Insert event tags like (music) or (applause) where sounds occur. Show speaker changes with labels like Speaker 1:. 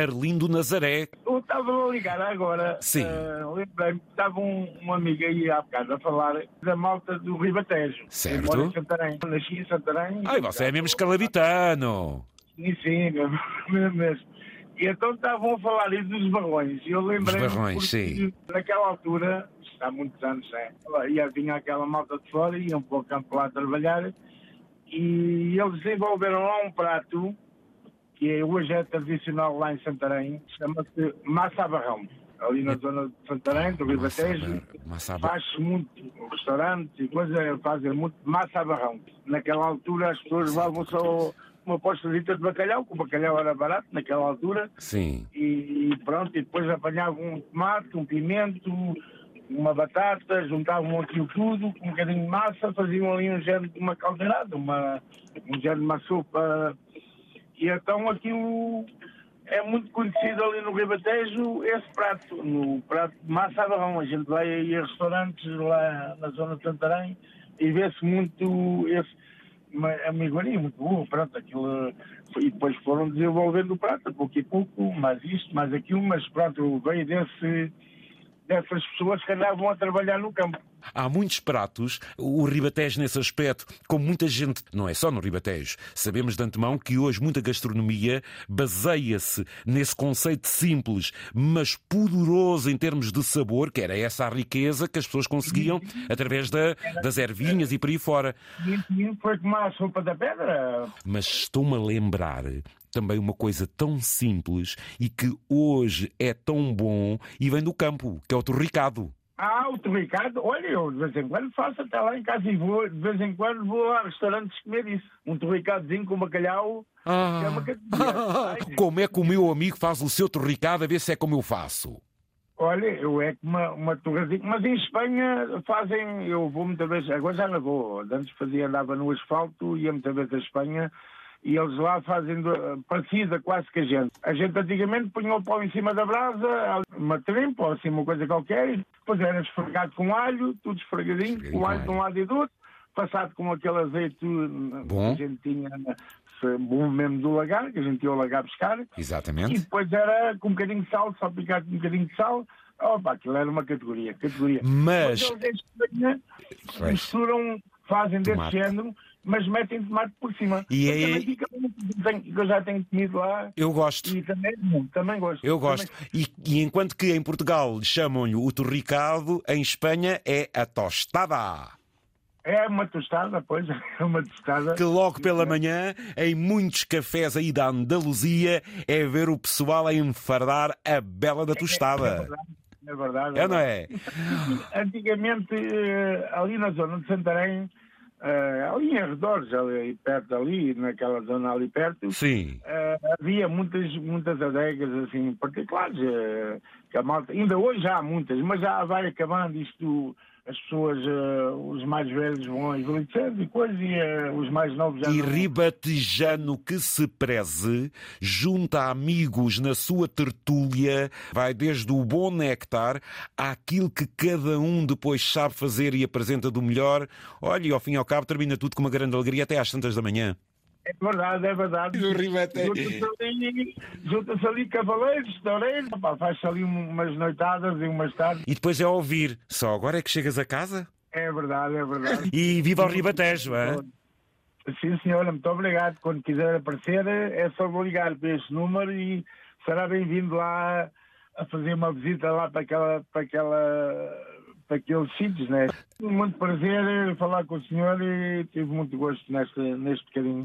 Speaker 1: Arlindo Nazaré.
Speaker 2: Eu estava a ligar agora.
Speaker 1: Sim.
Speaker 2: Ah, Lembrei-me que estava um, uma amiga aí há bocado a falar da malta do Ribatejo.
Speaker 1: Certo.
Speaker 2: Eu moro em Santarém. Eu Nasci em Santarém.
Speaker 1: Ai, você é mesmo escalabitano.
Speaker 2: Sim, sim, é mesmo. mesmo. E então estavam a falar aí dos barrões. E eu lembrei
Speaker 1: Dos barrões, sim.
Speaker 2: Naquela altura, isto há muitos anos, é, ia, vinha aquela malta de fora, iam para o campo lá trabalhar, e eles desenvolveram lá um prato, que é- hoje é tradicional lá em Santarém, chama-se massa a barrão. Ali na zona de Santarém, do Ribatejo,
Speaker 1: Massa a bar-
Speaker 2: faz muito restaurantes e coisas, fazem é muito massa a barrão. Naquela altura as pessoas levavam só uma postadita de bacalhau, que o bacalhau era barato naquela altura,
Speaker 1: Sim.
Speaker 2: e pronto, e depois apanhavam um tomate, um pimento, uma batata, juntavam aquilo tudo, com um bocadinho de massa, faziam ali um género de uma caldeirada, uma, um género de uma sopa. E então aquilo é muito conhecido ali no Ribatejo, esse prato, no prato de massa a barrão. A gente vai aí a restaurantes lá na zona de Santarém e vê-se muito esse é uma amigoria muito boa, pronto, aquilo. E depois foram desenvolvendo o prato, pouco e pouco, mais isto, mais aquilo, mas pronto, veio desse, dessas pessoas que andavam a trabalhar no campo.
Speaker 1: Há muitos pratos, o Ribatejo nesse aspecto, como muita gente, não é só no Ribatejo, sabemos de antemão que hoje muita gastronomia baseia-se nesse conceito simples, mas poderoso em termos de sabor, que era essa a riqueza que as pessoas conseguiam através da- das ervinhas e por aí fora.
Speaker 2: E assim foi tomar a sopa da pedra.
Speaker 1: Mas estou-me a lembrar também uma coisa tão simples e que hoje é tão bom e vem do campo, que é o torricado.
Speaker 2: Ah, o Tom Ricardo, olha, eu de vez em quando faço até lá em casa e vou, de vez em quando vou a restaurantes comer isso. Um Tom Ricardozinho com bacalhau, que é uma categoria.
Speaker 1: (laughs)
Speaker 2: Ai,
Speaker 1: Como é que o meu amigo faz o seu torricado a ver se é como eu faço?
Speaker 2: Olha, eu é que uma, uma torradinha. Mas em Espanha fazem. Eu vou muitas vezes. Agora já não vou. Antes fazia, andava no asfalto, ia muitas vezes à Espanha. E eles lá fazem do- parecida quase que a gente. A gente antigamente punha o pau em cima da brasa, uma trempa ou assim, uma coisa qualquer. e Depois era esfregado com alho, tudo esfregadinho,
Speaker 1: Esfregadinho
Speaker 2: com
Speaker 1: com
Speaker 2: alho de um
Speaker 1: alho.
Speaker 2: lado e do outro. Passado com aquele azeite hum,
Speaker 1: Bom.
Speaker 2: que a gente tinha, eh, bom mesmo do lagar, que a gente ia ao lagar buscar. E
Speaker 1: Exatamente.
Speaker 2: depois era com um bocadinho de sal, só picado com um bocadinho de sal. Opa, aquilo era uma categoria, categoria.
Speaker 1: Mas
Speaker 2: Eles em Espanha
Speaker 1: Pois.
Speaker 2: misturam, fazem desse
Speaker 1: Tomate.
Speaker 2: género, mas metem tomate por cima.
Speaker 1: E
Speaker 2: Mas
Speaker 1: é-
Speaker 2: também fica muito bem, que eu já tenho comido lá
Speaker 1: eu gosto.
Speaker 2: e também, é bom, também gosto.
Speaker 1: Eu gosto. E, e enquanto que em Portugal chamam-lhe o torricado, em Espanha é a tostada.
Speaker 2: Também é uma tostada, pois, (laughs) é uma tostada.
Speaker 1: que logo pela manhã, em muitos cafés aí da Andaluzia, é ver o pessoal a enfardar a bela da tostada.
Speaker 2: É verdade.
Speaker 1: É, não é?
Speaker 2: Antigamente, eh, ali na zona de Santarém, eh, ali em arredores, ali perto ali, naquela zona ali perto,
Speaker 1: Sim.
Speaker 2: Eh, havia muitas, muitas adegas assim particulares, eh, que a malta, ainda hoje há muitas, mas já vai acabando isto, as pessoas, eh, os mais velhos vão envelhecendo e coisas, e eh, os mais novos já
Speaker 1: E
Speaker 2: não-
Speaker 1: ribatejano que se preze, junta amigos na sua tertúlia, vai desde o bom néctar àquilo que cada um depois sabe fazer e apresenta do melhor. Olha, e ao fim e ao cabo termina tudo com uma grande alegria até às tantas da manhã.
Speaker 2: É verdade, é verdade.
Speaker 1: Do Ribete.
Speaker 2: Junta-se ali, junta-se ali cavaleiros, toureiros, pá, faz-se ali umas noitadas e umas tardes.
Speaker 1: E depois é ouvir. Só agora é que chegas a casa?
Speaker 2: É verdade, é verdade.
Speaker 1: E viva o ribatejo, é? hã?
Speaker 2: Sim, senhora, muito obrigado. Quando quiser aparecer, é só vou ligar para este número e será bem-vindo lá a fazer uma visita lá para aquela, para aquela, para aqueles sítios, né? Muito prazer falar com o senhor e tive muito gosto neste, neste bocadinho.